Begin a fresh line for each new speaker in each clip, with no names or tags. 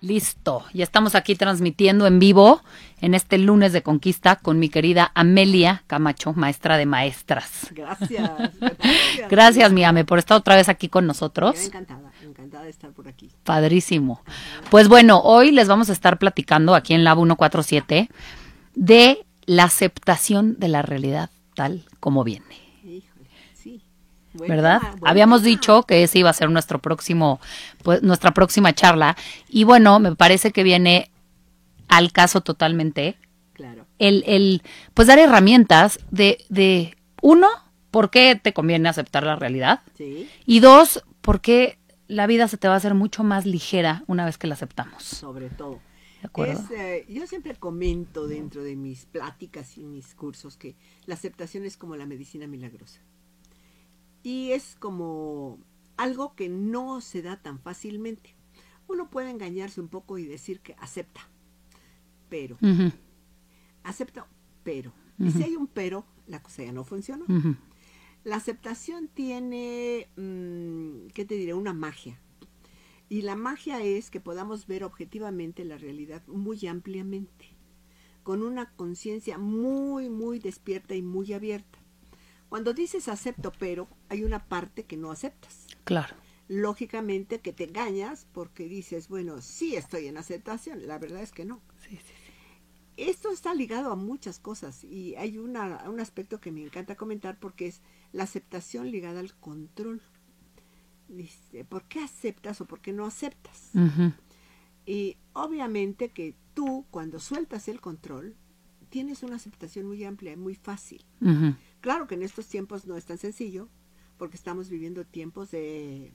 Listo, ya estamos aquí transmitiendo en vivo en este lunes de conquista con mi querida Amelia Camacho, maestra de maestras.
Gracias.
Gracias, gracias mi ame, por estar otra vez aquí con nosotros.
Yo encantada, encantada de estar por aquí.
Padrísimo. Pues bueno, hoy les vamos a estar platicando aquí en Lab 147 de la aceptación de la realidad tal como viene.
Híjole, sí. Buen
¿verdad?
tema, buen
Habíamos
tema.
dicho que ese iba a ser nuestro próximo, pues, nuestra próxima charla. Y bueno, me parece que viene al caso totalmente
Claro.
el, el pues dar herramientas de, de uno, por qué te conviene aceptar la realidad.
Sí,
Y dos, por qué la vida se te va a hacer mucho más ligera una vez que la aceptamos.
sobre todo.
¿De acuerdo?
Es, eh, yo siempre comento dentro de mis pláticas y mis cursos que la aceptación es como la medicina milagrosa. Y es como algo que no se da tan fácilmente. Uno puede engañarse un poco y decir que acepta, pero,
Ujú,
acepta, pero. Y si hay un pero, la cosa ya no funcionó.
ujú.
La aceptación tiene, mm, ¿qué te diré? Una magia. Y la magia es que podamos ver objetivamente la realidad muy ampliamente, con una conciencia muy, muy despierta y muy abierta. Cuando dices acepto, pero hay una parte que no aceptas.
Claro.
Lógicamente que te engañas porque dices, bueno, sí estoy en aceptación. La verdad es que no.
Sí, sí, sí.
Esto está ligado a muchas cosas y hay una, un aspecto que me encanta comentar porque es la aceptación ligada al control. Dice, ¿Por qué aceptas o por qué no aceptas?
Ujú,
Y obviamente que tú cuando sueltas el control tienes una aceptación muy amplia y muy fácil.
ujú.
Claro que en estos tiempos no es tan sencillo porque estamos viviendo tiempos de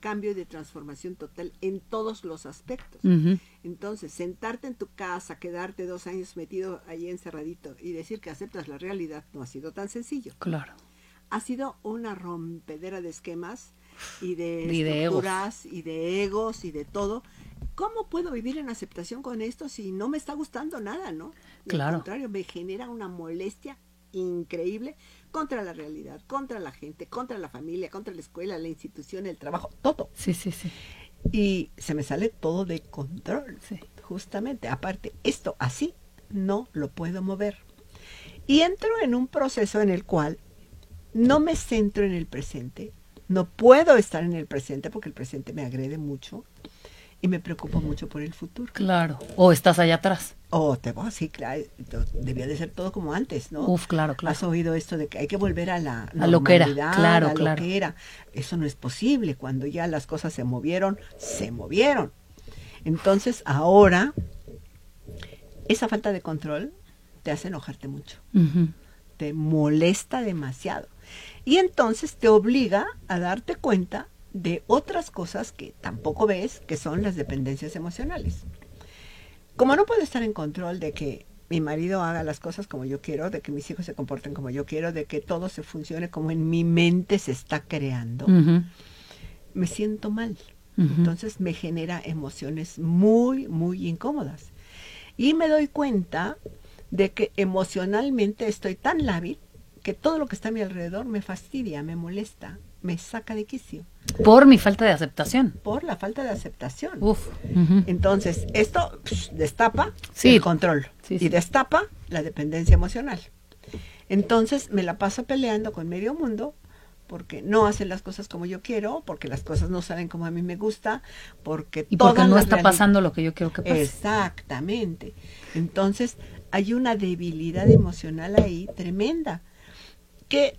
cambio y de transformación total en todos los aspectos.
Ujú.
Entonces, sentarte en tu casa, quedarte dos años metido ahí encerradito y decir que aceptas la realidad no ha sido tan sencillo.
Claro.
Ha sido una rompedera de esquemas y de
Y de egos.
estructuras y de egos y de todo. ¿Cómo puedo vivir en aceptación con esto si no me está gustando nada, no? Y
Claro.
Al contrario, me genera una molestia increíble contra la realidad, contra la gente, contra la familia, contra la escuela, la institución, el trabajo, todo
Sí, sí, sí.
y se me sale todo de control.
Sí.
Justamente, aparte, esto así no lo puedo mover. Y entro en un proceso en el cual no me centro en el presente, no puedo estar en el presente porque el presente me agrede mucho y me preocupo mucho por el futuro.
Claro. O estás allá atrás.
Oh, te voy sí, claro, to- debía de ser todo como antes, ¿no?
Uf, claro, claro.
Has oído esto de que hay que volver a la
A lo que era,
normalidad,
claro,
a lo
claro.
que era. Eso no es posible. Cuando ya las cosas se movieron, se movieron. Entonces, ahora, esa falta de control te hace enojarte mucho,
Ujú.
te molesta demasiado. Y entonces te obliga a darte cuenta de otras cosas que tampoco ves, que son las dependencias emocionales como no puedo estar en control de que mi marido haga las cosas como yo quiero, de que mis hijos se comporten como yo quiero, de que todo se funcione como en mi mente se está creando,
Ujú.
me siento mal.
Ujú.
Entonces me genera emociones muy, muy incómodas. Y me doy cuenta de que emocionalmente estoy tan lábil que todo lo que está a mi alrededor me fastidia, me molesta, me saca de quicio
Por mi falta de aceptación.
por la falta de aceptación.
Uf. Ujú.
Entonces, esto psh, destapa
Sí.
el control
Sí,
y
sí.
destapa la dependencia emocional. Entonces, me la paso peleando con medio mundo porque no hacen las cosas como yo quiero, porque las cosas no salen como a mí me gusta, porque
Y porque
todas
no
las
está
reali-
pasando lo que yo quiero que pase.
Exactamente. Entonces, hay una debilidad emocional ahí tremenda que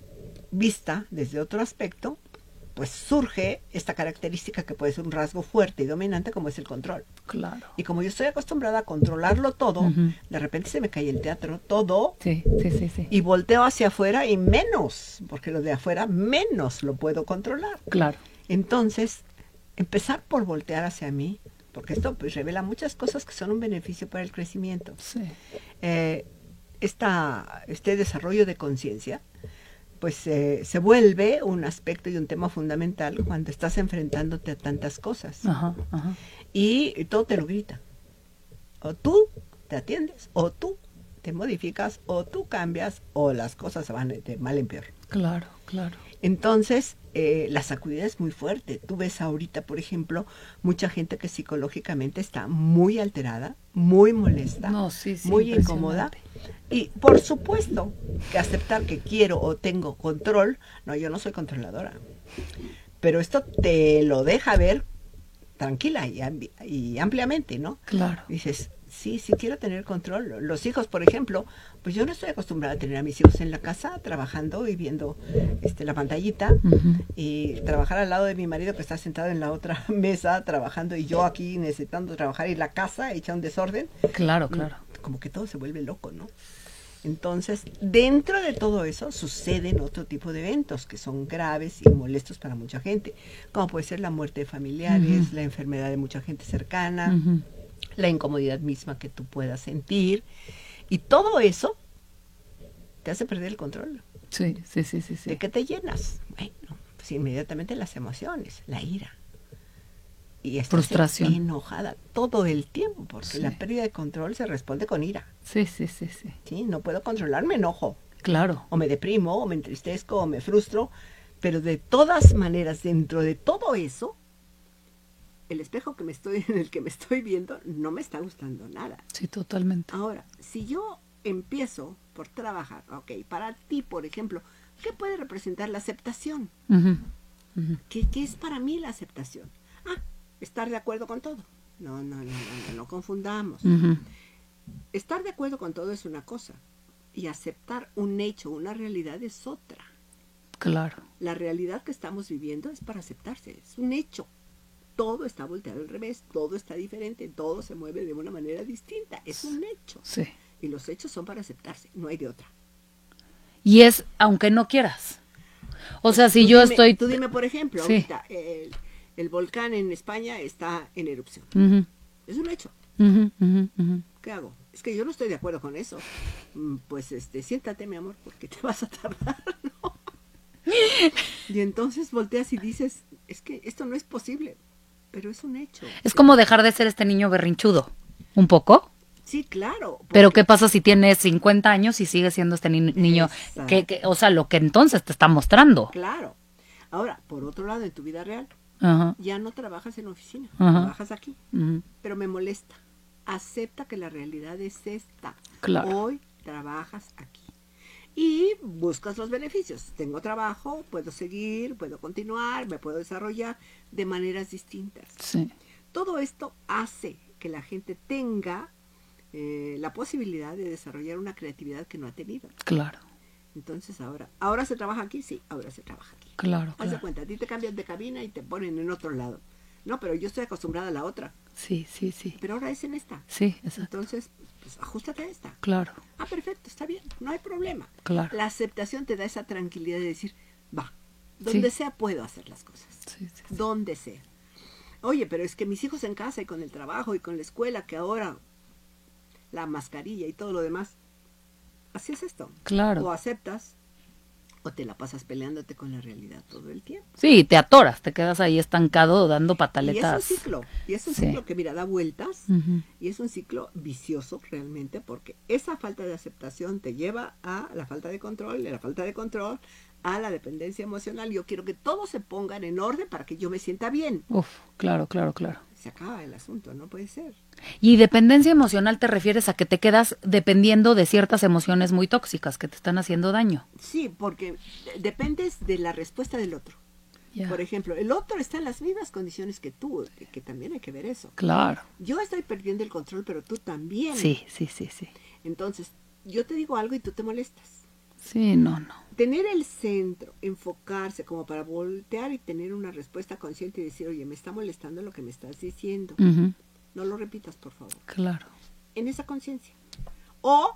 vista desde otro aspecto, pues surge esta característica que puede ser un rasgo fuerte y dominante como es el control.
Claro.
Y como yo estoy acostumbrada a controlarlo todo,
Ujú.
de repente se me cae el teatro todo
Sí, sí, sí, sí.
y volteo hacia afuera y menos, porque lo de afuera menos lo puedo controlar.
Claro.
Entonces, empezar por voltear hacia mí, porque esto pues revela muchas cosas que son un beneficio para el crecimiento.
Sí.
Eh, esta, este desarrollo de conciencia pues eh, se vuelve un aspecto y un tema fundamental cuando estás enfrentándote a tantas cosas
Ajá, ajá.
y todo te lo grita. O tú te atiendes, o tú te modificas, o tú cambias, o las cosas se van de mal en peor.
Claro, claro.
Entonces, eh, la sacudida es muy fuerte. Tú ves ahorita, por ejemplo, mucha gente que psicológicamente está muy alterada, muy molesta,
No, sí, sí,
muy incómoda. Y por supuesto que aceptar que quiero o tengo control, no, yo no soy controladora. Pero esto te lo deja ver tranquila y, ambi- y ampliamente, ¿no?
Claro.
Dices, sí, sí quiero tener control. Los hijos, por ejemplo, pues yo no estoy acostumbrada a tener a mis hijos en la casa trabajando y viendo este, la pantallita
Ujú.
y trabajar al lado de mi marido que está sentado en la otra mesa trabajando y yo aquí necesitando trabajar y la casa hecha un desorden.
Claro, claro.
Como que todo se vuelve loco, ¿no? Entonces, dentro de todo eso suceden otro tipo de eventos que son graves y molestos para mucha gente, como puede ser la muerte de familiares,
Ujú.
la enfermedad de mucha gente cercana,
Ujú.
la incomodidad misma que tú puedas sentir. Y todo eso te hace perder el control.
Sí, sí, sí, sí. sí.
¿De qué te llenas? Bueno, pues inmediatamente las emociones, la ira. Y estás
Frustración.
enojada todo el tiempo, porque
Sí.
la pérdida de control se responde con ira.
Sí, sí, sí, sí.
¿sí? No puedo controlar, me enojo,
Claro.
o me deprimo, o me entristezco, o me frustro. Pero de todas maneras, dentro de todo eso, el espejo que me estoy, en el que me estoy viendo no me está gustando nada.
Sí, totalmente.
Ahora, si yo empiezo por trabajar, ok, para ti, por ejemplo, ¿qué puede representar la aceptación?
Ujú, ujú.
¿Qué, qué es para mí la aceptación? Ah, estar de acuerdo con todo. No, no, no, no, no, no confundamos.
Ujú.
Estar de acuerdo con todo es una cosa y aceptar un hecho, una realidad es otra.
Claro.
La realidad que estamos viviendo es para aceptarse, es un hecho. Todo está volteado al revés, todo está diferente, todo se mueve de una manera distinta, es un hecho.
Sí.
Y los hechos son para aceptarse, no hay de otra.
Y es aunque no quieras. O sea, si
Tú
yo
dime-
estoy...
Tú dime, por ejemplo,
Sí.
ahorita eh, el, el volcán en España está en erupción.
Ujú,
Es un hecho.
ujú, ujú, ujú.
¿Qué hago? Es que yo no estoy de acuerdo con eso. Mm, Pues este, siéntate, mi amor, porque te vas a tardar, ¿no? Y entonces volteas y dices, es que esto no es posible, pero es un hecho.
Es como dejar de ser este niño berrinchudo. Un poco.
Sí, claro.
Pero
porque-
¿qué pasa si tienes 50 años y sigues siendo este ni- niño?
Exacto.
Que, que- o sea, lo que entonces te está mostrando.
Claro. Ahora, por otro lado, en tu vida real,
Ajá,
ya no trabajas en oficina,
Ajá.
trabajas aquí.
ujú.
pero me molesta. Acepta que la realidad es esta.
Claro.
Hoy trabajas aquí. Y buscas los beneficios. Tengo trabajo, puedo seguir, puedo continuar, me puedo desarrollar de maneras distintas.
Sí.
Todo esto hace que la gente tenga eh, la posibilidad de desarrollar una creatividad que no ha tenido.
Claro.
Entonces ahora, ahora se trabaja aquí, sí, ahora se trabaja aquí.
Claro,
Haz de
claro.
cuenta, a ti te cambian de cabina y te ponen en otro lado. No, pero yo estoy acostumbrada a la otra,
Sí, sí, sí.
pero ahora es en esta.
Sí, exacto.
Entonces, pues ajustate a esta.
Claro.
Ah, perfecto, está bien, no hay problema.
Claro.
La aceptación te da esa tranquilidad de decir, va,
Sí.
donde sea puedo hacer las cosas,
Sí, sí.
donde sea. Oye, pero es que mis hijos en casa y con el trabajo y con la escuela, que ahora la mascarilla y todo lo demás, así es esto. O
Claro.
aceptas o te la pasas peleándote con la realidad todo el tiempo.
Sí, te atoras, te quedas ahí estancado dando
Y es un
pataletas.
ciclo, y es un
Sí.
ciclo que mira, da vueltas
Ujú.
y es un ciclo vicioso realmente porque esa falta de aceptación te lleva a la falta de control, de la falta de control a la dependencia emocional. Yo quiero que todos se pongan en orden para que yo me sienta bien.
Uf, claro, claro, claro.
Se acaba el asunto, no puede ser.
Y dependencia emocional te refieres a que te quedas dependiendo de ciertas emociones muy tóxicas que te están haciendo daño.
Sí, porque de- dependes de la respuesta del otro.
Ya.
Por ejemplo, el otro está en las mismas condiciones que tú, que- que también hay que ver eso.
Claro.
Yo estoy perdiendo el control, pero tú también.
Sí, sí, sí, sí.
Entonces, yo te digo algo y tú te molestas.
Sí, no, no.
tener el centro, enfocarse como para voltear y tener una respuesta consciente y decir, oye, me está molestando lo que me estás diciendo.
Ujú,
No lo repitas, por favor.
Claro.
En esa conciencia. O,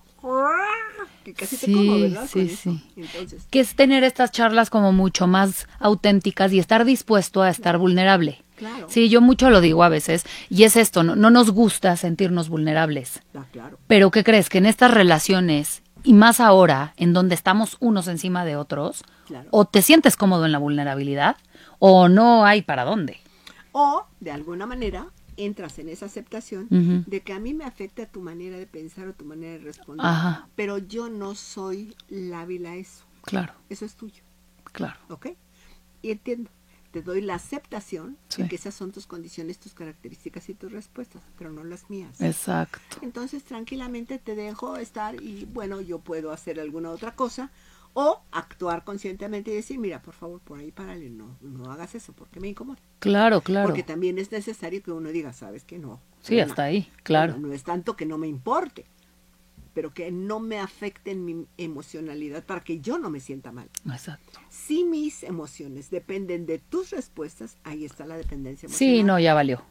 que casi
Sí,
te como, ¿verdad?
sí,
Con eso.
sí.
Entonces,
Que es tener estas charlas como mucho más auténticas y estar dispuesto a estar vulnerable.
claro.
Sí, yo mucho lo digo a veces. Y es esto, no, no nos gusta sentirnos vulnerables.
Está Ah, claro.
Pero ¿qué crees? Que en estas relaciones, y más ahora, en donde estamos unos encima de otros,
Claro.
o te sientes cómodo en la vulnerabilidad, o no hay para dónde.
O, de alguna manera, entras en esa aceptación
Ujú.
de que a mí me afecta tu manera de pensar o tu manera de responder.
Ajá.
Pero yo no soy lábil a eso.
Claro,
Eso es tuyo.
claro.
¿Ok? y entiendo. Te doy la aceptación
Sí.
de que esas son tus condiciones, tus características y tus respuestas, pero no las mías.
Exacto.
Entonces tranquilamente te dejo estar y bueno, yo puedo hacer alguna otra cosa o actuar conscientemente y decir, mira, por favor, por ahí párale, no, no hagas eso porque me incomoda.
Claro, claro.
Porque también es necesario que uno diga, sabes que no.
Sí,
no,
hasta ahí, claro.
No, no es tanto que no me importe, pero que no me afecte en mi emocionalidad para que yo no me sienta mal.
Exacto.
Si mis emociones dependen de tus respuestas, ahí está la dependencia emocional.
Sí, no, ya valió.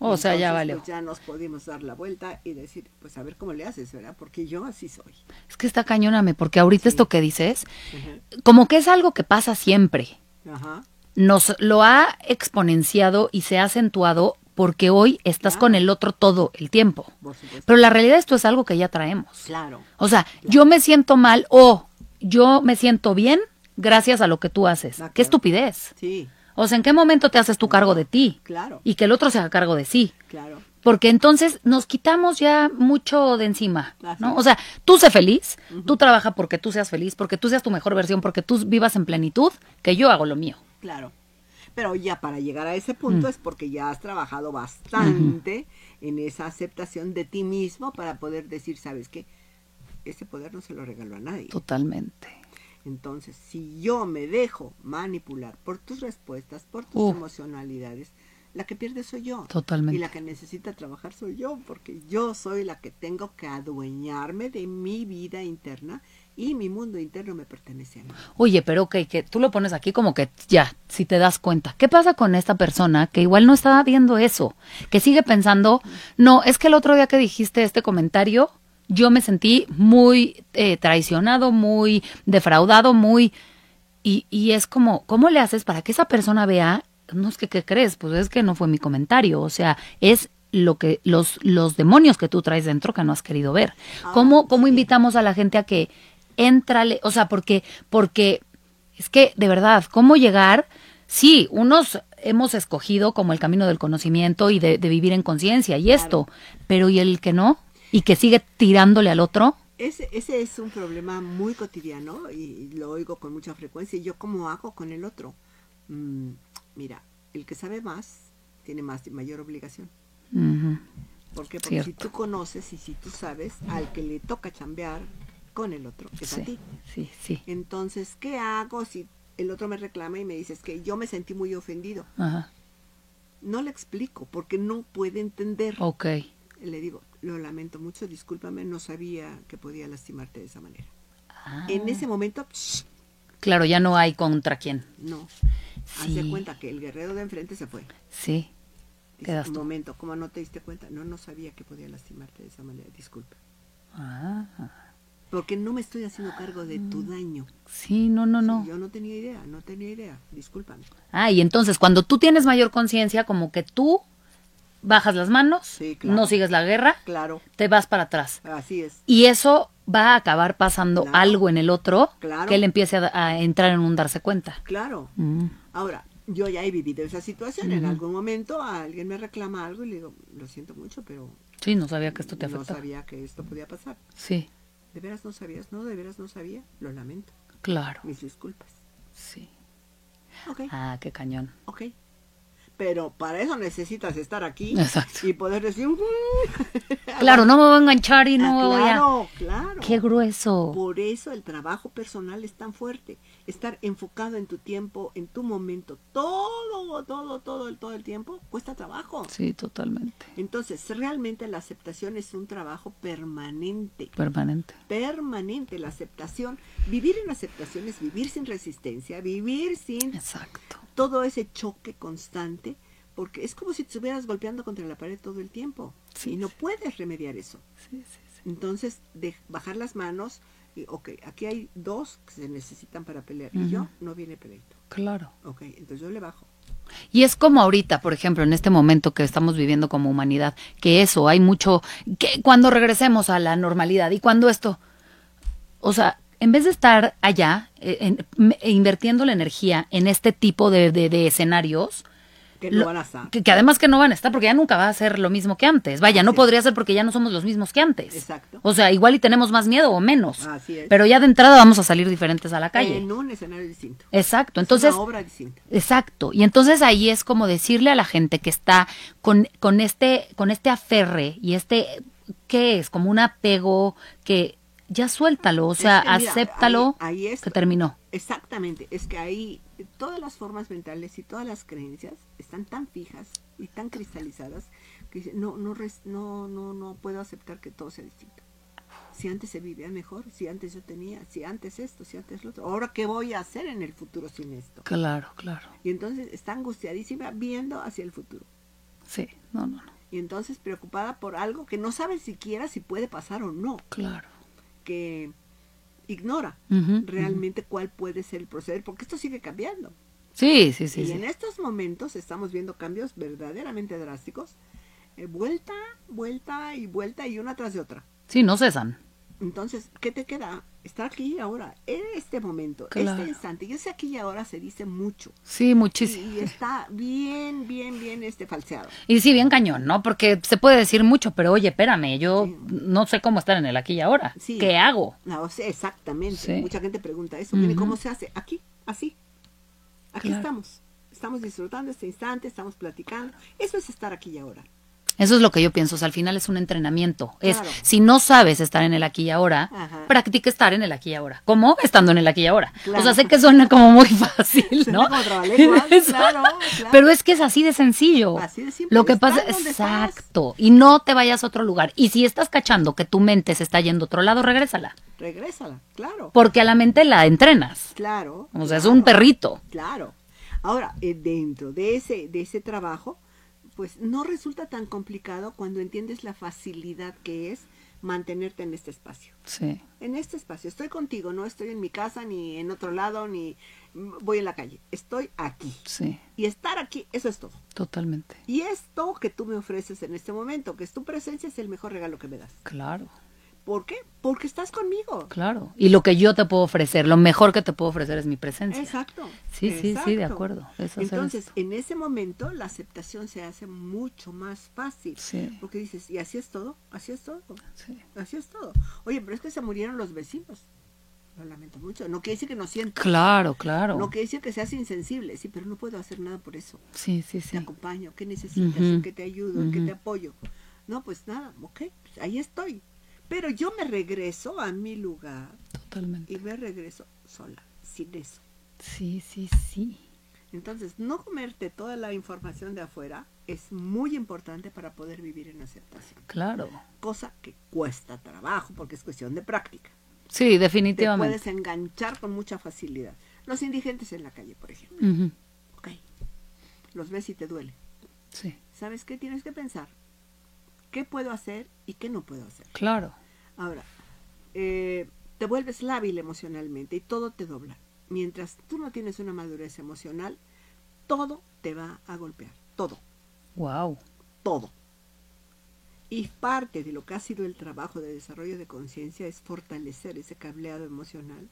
O sea, ya
Entonces,
valió.
pues, ya nos pudimos dar la vuelta y decir, pues a ver cómo le haces, ¿verdad? Porque yo así soy.
Es que está cañóname, porque ahorita esto que dices,
Ajá.
como que es algo que pasa siempre.
Ajá.
Nos lo ha exponenciado y se ha acentuado porque hoy estás
Claro.
con el otro todo el tiempo.
Por supuesto.
Pero la realidad esto es algo que ya traemos.
Claro.
O sea, yo me siento mal o yo me siento bien gracias a lo que tú haces.
Exacto.
Qué estupidez.
Sí,
O sea, ¿en qué momento te haces tu cargo de ti?
Claro.
Y que el otro se haga cargo de sí.
claro.
Porque entonces nos quitamos ya mucho de encima,
Así
¿no?
es.
O sea, tú sé feliz, tú trabaja porque tú seas feliz, porque tú seas tu mejor versión, porque tú vivas en plenitud, que yo hago lo mío.
Claro. Pero ya para llegar a ese punto
Mm.
es porque ya has trabajado bastante en esa aceptación de ti mismo para poder decir, ¿sabes qué? Ese poder no se lo regaló a nadie.
Totalmente.
Entonces, si yo me dejo manipular por tus respuestas, por tus
Uh.
emocionalidades, la que pierde soy yo.
Totalmente.
Y la que necesita trabajar soy yo, porque yo soy la que tengo que adueñarme de mi vida interna y mi mundo interno me pertenece a mí.
Oye, pero ok, que tú lo pones aquí como que ya, si te das cuenta. ¿Qué pasa con esta persona que igual no está viendo eso? Que sigue pensando, no, es que el otro día que dijiste este comentario, yo me sentí muy eh, traicionado, muy defraudado, muy... Y, y es como, ¿cómo le haces para que esa persona vea, no es que, ¿qué crees? Pues es que no fue mi comentario, o sea, es lo que los, los demonios que tú traes dentro que no has querido ver.
Ah,
¿Cómo, cómo
sí.
invitamos a la gente a que entrale? O sea, porque, porque es que, de verdad, ¿cómo llegar? Sí, unos hemos escogido como el camino del conocimiento y de, de vivir en conciencia y esto, pero ¿y el que no? ¿Y que sigue tirándole al otro?
Ese, ese es un problema muy cotidiano y lo oigo con mucha frecuencia. ¿Y yo cómo hago con el otro? Mm, mira, el que sabe más tiene más, mayor obligación.
Ujú.
¿Por qué? Porque si
Cierto.
tú conoces y si tú sabes, al que le toca chambear con el otro es a ti.
Sí, sí, sí.
Entonces, ¿qué hago si el otro me reclama y me dices que yo me sentí muy ofendido?
Ajá.
No le explico porque no puede entender.
Ok.
Le digo, lo lamento mucho, discúlpame, no sabía que podía lastimarte de esa manera.
Ah.
En ese momento, psh,
Claro, ya no hay contra quién.
no. Haz
Sí.
de cuenta que el guerrero de enfrente se fue.
Sí.
Dice,
Quedas
un
tú.
momento, ¿cómo no te diste cuenta? No, no sabía que podía lastimarte de esa manera, disculpa.
Ah.
Porque no me estoy haciendo cargo de tu
Mm.
daño.
Sí, no, no, no.
Yo no tenía idea, no tenía idea, discúlpame.
Ah, y entonces cuando tú tienes mayor conciencia, como que tú bajas las manos,
Sí, claro.
no sigues la guerra,
Claro,
te vas para atrás.
así es.
Y eso va a acabar pasando
Claro.
algo en el otro
Claro.
que él empiece a, a entrar en un darse cuenta.
Claro.
Mm.
Ahora, yo ya he vivido esa situación. En algún momento alguien me reclama algo y le digo, lo siento mucho, pero
Sí, no sabía que esto te
no
afectaba.
sabía que esto podía pasar.
sí,
¿De veras no sabías? No, de veras no sabía. Lo lamento.
claro.
Mis disculpas.
Sí.
Ok,
Ah, qué cañón.
ok. Pero para eso necesitas estar aquí
Exacto.
y poder decir... "Mm".
Claro, no me voy a enganchar y no
Ah,
voy a...
claro, claro.
Qué grueso.
Por eso el trabajo personal es tan fuerte. Estar enfocado en tu tiempo, en tu momento, todo, todo, todo, el- todo el tiempo, cuesta trabajo.
Sí, totalmente.
Entonces, realmente la aceptación es un trabajo permanente.
Permanente.
Permanente la aceptación. Vivir en aceptación es vivir sin resistencia, vivir sin
Exacto.
todo ese choque constante, porque es como si te estuvieras golpeando contra la pared todo el tiempo.
Sí,
y no
sí.
puedes remediar eso.
Sí, sí, sí.
Entonces, de bajar las manos, y, ok, aquí hay dos que se necesitan para pelear.
Ujú.
Y yo no viene peleito.
Claro.
Ok, entonces yo le bajo.
Y es como ahorita, por ejemplo, en este momento que estamos viviendo como humanidad, que eso, hay mucho, que cuando regresemos a la normalidad y cuando esto, o sea, en vez de estar allá eh, en- m- e invirtiendo la energía en este tipo de, de- de escenarios,
Que
lo-
no van a estar.
que, que además que no van a estar porque ya nunca va a ser lo mismo que antes. Vaya, no
Así es.
podría ser porque ya no somos los mismos que antes.
Exacto.
O sea, igual y tenemos más miedo o menos.
Así es. Eh,
Pero ya de entrada vamos a salir diferentes a la calle.
En un escenario distinto.
Exacto. Entonces,
Es una obra distinta.
Exacto. Y entonces ahí es como decirle a la gente que está con, con este, con este aferre y este, ¿qué es? Como un apego que ya suéltalo, o sea,
Es que mira,
acéptalo
ahí- ahí es-
que terminó.
Exactamente, es que ahí todas las formas mentales y todas las creencias están tan fijas y tan cristalizadas que dice, no, no, res- no, no, no puedo aceptar que todo sea distinto. Si antes se vivía mejor, si antes yo tenía, si antes esto, si antes lo otro. Ahora, ¿qué voy a hacer en el futuro sin esto?
Claro, claro.
Y entonces está angustiadísima viendo hacia el futuro.
Sí, no, no, no.
Y entonces preocupada por algo que no sabe siquiera si puede pasar o no,
Claro.
que ignora
Ujú,
realmente cuál puede ser el proceder, porque esto sigue cambiando.
Sí, sí, sí.
y
sí.
en estos momentos estamos viendo cambios verdaderamente drásticos, eh, vuelta, vuelta y vuelta y una tras de otra.
Sí, no cesan.
Entonces, ¿qué te queda? Estar aquí y ahora, en este momento,
Claro.
este instante. Yo sé aquí y ahora se dice mucho.
Sí,
Y,
muchísimo.
y está bien, bien, bien este falseado.
Y sí, bien cañón, ¿no? Porque se puede decir mucho, pero oye, espérame, yo
Sí.
no sé cómo estar en el aquí y ahora.
Sí.
¿Qué hago?
No, o sea, exactamente.
Sí.
Mucha gente pregunta eso. Mire,
Ujú.
¿Cómo se hace? Aquí, así. Aquí
Claro.
estamos. Estamos disfrutando este instante, estamos platicando. Eso es estar aquí y ahora.
Eso es lo que yo pienso, o sea, al final es un entrenamiento. Es
Claro.
si no sabes estar en el aquí y ahora,
Ajá.
practica estar en el aquí y ahora. ¿Cómo? Estando en el aquí y ahora. O sea,
Claro.
sé que suena como muy fácil,
Suena
¿no?
como trabalenguas,
Eso.
claro, claro.
Pero es que es así de sencillo.
Así de simple,
lo que
estar
pasa
donde
exacto, y no te vayas a otro lugar. Y si estás cachando que tu mente se está yendo a otro lado, regrésala,
Regrésala, claro.
porque a la mente la entrenas.
Claro.
O sea, es
claro,
un perrito.
Claro. Ahora, eh, dentro de ese, de ese trabajo, pues no resulta tan complicado cuando entiendes la facilidad que es mantenerte en este espacio.
Sí.
En este espacio, estoy contigo, no estoy en mi casa, ni en otro lado, ni mm, voy en la calle. Estoy aquí.
Sí,
Y estar aquí, eso es todo.
totalmente.
Y esto que tú me ofreces en este momento, que es tu presencia, es el mejor regalo que me das.
Claro.
¿Por qué? Porque estás conmigo.
Claro. Y lo que yo te puedo ofrecer, lo mejor que te puedo ofrecer es mi presencia.
Exacto.
Sí, sí, sí, de
exacto.
acuerdo. Es hacer
Entonces,
esto.
en ese momento la aceptación se hace mucho más fácil.
Sí.
Porque dices, y así es todo, así es todo,
Sí.
así es todo. Oye, pero es que se murieron los vecinos. Lo lamento mucho. No quiere decir que no sienta.
Claro, claro.
No quiere decir que seas insensible. Sí, pero no puedo hacer nada por eso.
Sí, sí,
Te
sí.
acompaño, ¿qué necesitas?
Ujú.
¿En qué te ayudo? ¿En qué te
Ujú.
apoyo? No, pues nada, ok, pues ahí estoy. Pero yo me regreso a mi lugar
Totalmente.
y me regreso sola, sin eso.
Sí, sí, sí.
Entonces, no comerte toda la información de afuera es muy importante para poder vivir en aceptación.
Claro.
Cosa que cuesta trabajo porque es cuestión de práctica.
Sí,
Te
definitivamente.
puedes enganchar con mucha facilidad. Los indigentes en la calle, por ejemplo.
Ujú.
Ok. Los ves y te duele.
Sí,
¿Sabes qué tienes que pensar? ¿Qué puedo hacer y qué no puedo hacer?
claro.
Ahora, eh, te vuelves lábil emocionalmente y todo te dobla. Mientras tú no tienes una madurez emocional, todo te va a golpear. Todo.
Wow.
todo. Y parte de lo que ha sido el trabajo de desarrollo de conciencia es fortalecer ese cableado emocional,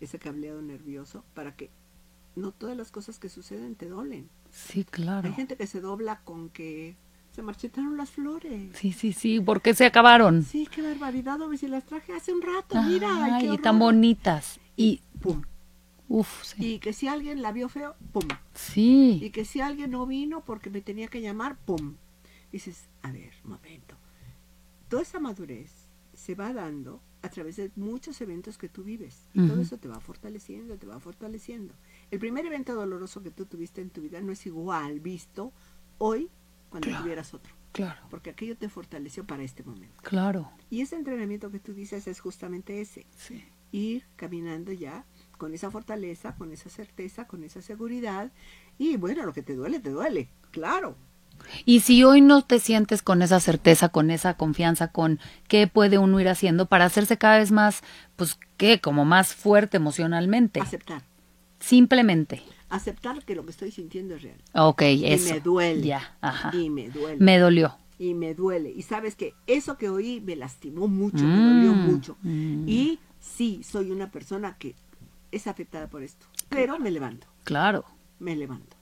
ese cableado nervioso, para que no todas las cosas que suceden te doblen.
Sí, claro.
Hay gente que se dobla con que se marchitaron las flores.
Sí, sí, sí. ¿Por qué se acabaron?
Sí, qué barbaridad, hombre, si las traje hace un rato, mira. ay,
Ay,
qué
y tan
horror.
bonitas. Y,
Pum.
uff, sí.
Y que si alguien la vio feo, pum. y
Sí,
que si alguien no vino porque me tenía que llamar, ¡pum! Dices, a ver, momento. Toda esa madurez se va dando a través de muchos eventos que tú vives. Y todo
Ujú.
eso te va fortaleciendo, te va fortaleciendo. El primer evento doloroso que tú tuviste en tu vida no es igual visto hoy cuando
Claro.
tuvieras otro.
claro.
Porque aquello te fortaleció para este momento.
Claro.
Y ese entrenamiento que tú dices es justamente ese
Sí.
ir caminando ya con esa fortaleza, con esa certeza, con esa seguridad. Y bueno, lo que te duele, te duele, claro.
Y si hoy no te sientes con esa certeza, con esa confianza, con qué puede uno ir haciendo para hacerse cada vez más, pues, ¿qué? Como más fuerte emocionalmente.
Aceptar.
Simplemente.
Aceptar que lo que estoy sintiendo es real.
Ok, eso.
Y me duele.
Ya, ajá.
Y me duele.
Me dolió.
y me duele. Y sabes que eso que oí me lastimó mucho, me dolió
Mm,
mucho.
mm.
Y sí, soy una persona que es afectada por esto. Pero me levanto,
Claro,
me levanto.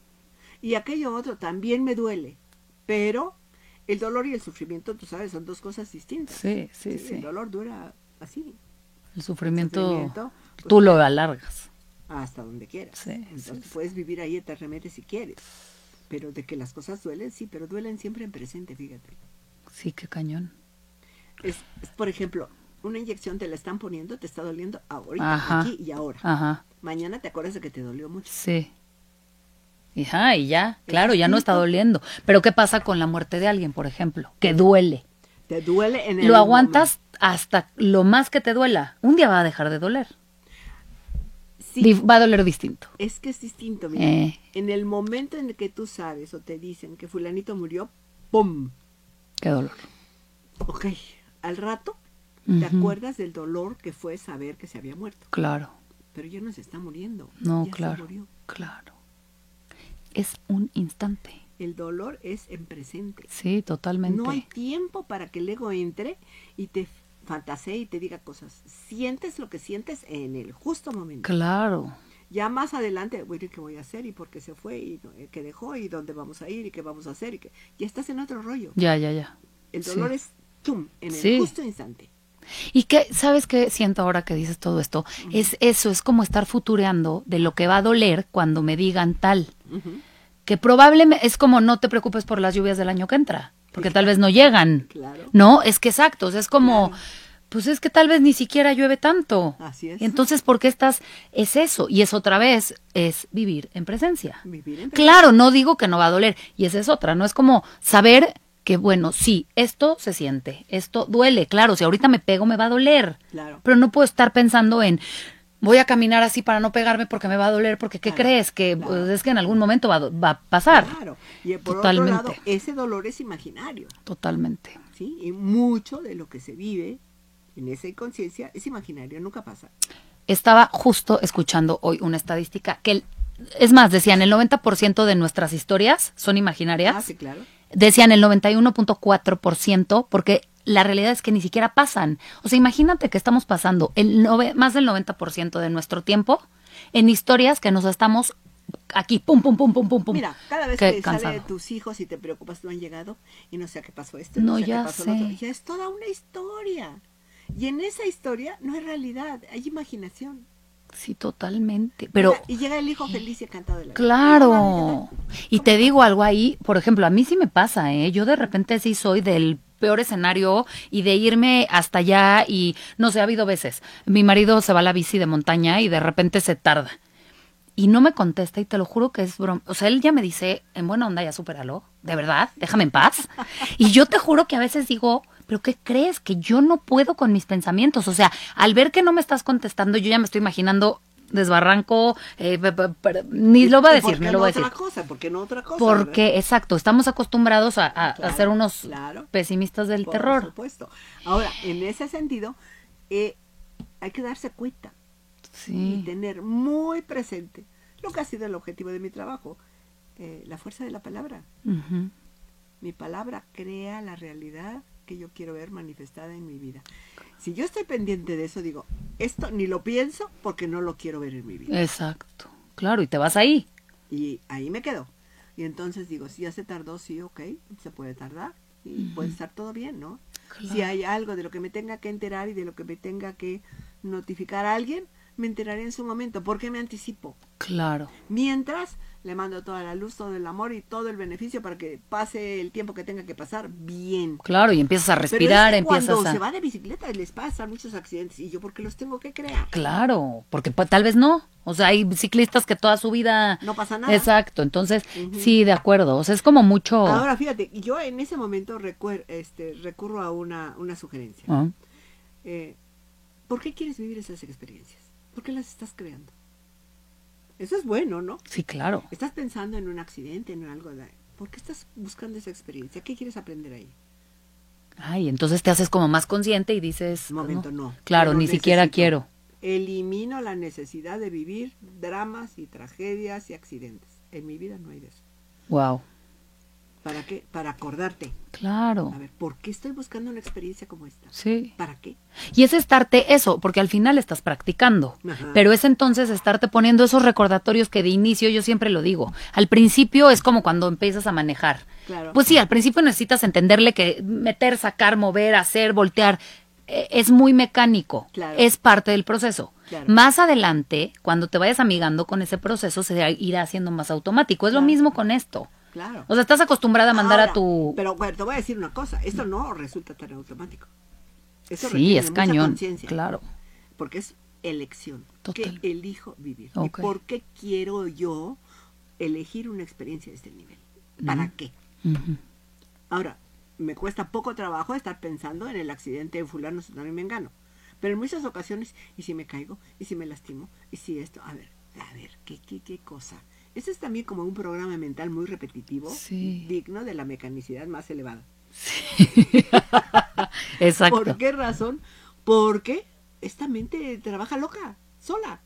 y aquello otro también me duele, pero el dolor y el sufrimiento, tú sabes, son dos cosas distintas.
Sí, sí, sí.
El dolor dura así,
El sufrimiento,
sufrimiento, pues,
tú lo alargas.
hasta donde quieras.
Sí,
Entonces
sí, sí.
puedes vivir ahí eternamente si quieres. Pero de que las cosas duelen, sí, pero duelen siempre en presente, fíjate.
Sí, qué cañón.
Es, es, por ejemplo, una inyección te la están poniendo, te está doliendo ahorita,
Ajá. Ah.
aquí y ahora.
Ajá,
Mañana te acuerdas de que te dolió mucho.
sí. Ajá, y ya,
Es
claro, ya no está
distinto.
doliendo. Pero ¿qué pasa con la muerte de alguien, por ejemplo? Que duele.
Te duele en el
Lo aguantas hasta lo más que te duela. Un día va a dejar de doler.
momento.
Di-
Sí,
Va a doler distinto.
es que es distinto, mira.
Eh.
En el momento en el que tú sabes o te dicen que fulanito murió, ¡pum!
Qué dolor.
Ok, al rato te
Ujú.
acuerdas del dolor que fue saber que se había muerto.
Claro,
Pero ya no se está muriendo.
no,
ya se
claro,
murió.
claro. Es un instante.
El dolor es en presente.
Sí, totalmente.
No hay tiempo para que el ego entre y te fantasee y te diga cosas. Sientes lo que sientes en el justo momento.
Claro.
Ya más adelante, bueno, ¿y ¿qué voy a hacer? ¿Y por qué se fue? ¿Y no- eh, qué dejó? ¿Y dónde vamos a ir? ¿Y qué vamos a hacer? ¿Y qué? Ya estás en otro rollo.
Ya, ya, ya.
El
Sí.
dolor es chum, en el
Sí.
justo instante.
Y que, ¿sabes qué siento ahora que dices todo esto? Es eso, es como estar futureando de lo que va a doler cuando me digan tal.
Ujú,
Que probablemente es como no te preocupes por las lluvias del año que entra, porque tal vez no llegan.
Claro.
No, es que exacto, o sea, es como, pues es que tal vez ni siquiera llueve tanto.
Así es.
Entonces, ¿por qué estás? Es eso, y es otra vez, es vivir en presencia.
Vivir en
Claro, no digo que no va a doler, y esa es otra, no es como saber que, bueno, sí, esto se siente, esto duele, claro, si ahorita me pego me va a doler,
Claro.
pero no puedo estar pensando en... Voy a caminar así para no pegarme porque me va a doler, porque ¿qué
Claro,
crees? Que
claro.
pues, es que en algún momento va, a do- va a pasar.
Claro. Y por
Totalmente.
otro lado, ese dolor es imaginario.
Totalmente.
¿sí? Y mucho de lo que se vive en esa inconsciencia es imaginario, nunca pasa.
Estaba justo escuchando hoy una estadística que, el- es más, decían el 90% de nuestras historias son imaginarias.
Ah, sí, claro.
Decían el 91.4% porque la realidad es que ni siquiera pasan. O sea, imagínate que estamos pasando el nove- más del 90% de nuestro tiempo en historias que nos estamos aquí, pum, pum, pum, pum, pum, pum.
Mira, cada vez
Qué
que sale de
cansado.
tus hijos y te preocupas, no han llegado y no sé a qué pasó esto, y
No,
no, sé a
ya
qué pasó lo otro.
sé.
Ya es toda una historia. Y en esa historia no hay realidad, hay imaginación.
Sí, totalmente. Pero
Mira, y llega el hijo feliz y encantado de la vida.
Claro. Y te digo algo ahí, por ejemplo, a mí sí me pasa, ¿eh? Yo de repente sí soy del peor escenario y de irme hasta allá y no sé, ha habido veces. Mi marido se va a la bici de montaña y de repente se tarda. Y no me contesta y te lo juro que es broma. O sea, él ya me dice, en buena onda, ya supéralo. De verdad, déjame en paz. Y yo te juro que a veces digo, ¿pero qué crees? Que yo no puedo con mis pensamientos. O sea, al ver que no me estás contestando, yo ya me estoy imaginando desbarranco, eh, pe- pe- pe- ni lo voy a
¿Y por
decir, ni
qué no
lo voy a
otra
decir.
cosa? ¿Por qué no otra cosa? verdad?
Porque, exacto, estamos acostumbrados a, a- a
Claro,
ser unos
claro.
pesimistas del
Por
terror.
supuesto. Ahora, en ese sentido, eh, hay que darse cuenta y
Sí,
tener muy presente lo que ha sido el objetivo de mi trabajo, eh, la fuerza de la palabra.
ujú,
Mi palabra crea la realidad que yo quiero ver manifestada en mi vida. Si yo estoy pendiente de eso, digo, esto ni lo pienso porque no lo quiero ver en mi vida.
exacto. Claro, y te vas ahí.
Y ahí me quedo. Y entonces digo, si ya se tardó, sí, ok, se puede tardar y puede estar todo bien, ¿no?
Claro.
Si hay algo de lo que me tenga que enterar y de lo que me tenga que notificar a alguien, me enteraré en su momento, porque me anticipo.
Claro,
Mientras, le mando toda la luz, todo el amor y todo el beneficio para que pase el tiempo que tenga que pasar bien.
claro, y empiezas a
Pero es que
respirar, empiezas
cuando
a...
se va de bicicleta les pasan muchos accidentes y yo porque los tengo que crear.
Claro, porque pues, tal vez no. O sea, hay ciclistas que toda su vida...
No pasa nada.
Exacto, entonces, sí, de acuerdo. O sea, es como mucho...
Ahora fíjate, yo en ese momento recuer- este, recurro a una, una sugerencia.
Ah,
Eh, ¿Por qué quieres vivir esas experiencias? ¿Por qué las estás creando? Eso es bueno, ¿no?
Sí, claro.
Estás pensando en un accidente, en algo. De, ¿Por qué estás buscando esa experiencia? ¿Qué quieres aprender ahí?
Ay, entonces te haces como más consciente y dices...
Un momento, no.
Claro,
Yo no
ni siquiera
necesito.
quiero.
Elimino la necesidad de vivir dramas y tragedias y accidentes. En mi vida no hay de eso.
Wow.
¿Para qué? Para acordarte.
Claro.
A ver, ¿por qué estoy buscando una experiencia como esta?
Sí.
¿Para qué?
Y es estarte eso, porque al final estás practicando.
Ajá.
Pero es entonces estarte poniendo esos recordatorios que de inicio yo siempre lo digo. Al principio es como cuando empiezas a manejar.
Claro.
Pues sí, al principio necesitas entenderle que meter, sacar, mover, hacer, voltear. eh, Es muy mecánico,
Claro.
es parte del proceso.
Claro.
Más adelante, cuando te vayas amigando con ese proceso, se irá haciendo más automático. Es lo
Claro.
mismo con esto.
Claro.
O sea, estás acostumbrada a mandar
Ahora,
a tu...
Pero bueno, te voy a decir una cosa, esto no resulta tan automático. Eso
sí,
requiere
es
mucha
cañón.
conciencia,
Claro.
Porque es elección.
Total.
¿Qué elijo vivir?
Ok.
¿Y por qué quiero yo elegir una experiencia de este nivel? ¿Para qué?
Ujú.
Ahora, me cuesta poco trabajo estar pensando en el accidente de fulano, sutano y mengano. Pero en muchas ocasiones, ¿y si me caigo? ¿Y si me lastimo? ¿Y si esto? A ver, a ver, ¿qué, qué, qué cosa? Ese es también como un programa mental muy repetitivo,
Sí.
digno de la mecanicidad más elevada.
Exacto.
¿Por qué razón? Porque esta mente trabaja loca, sola.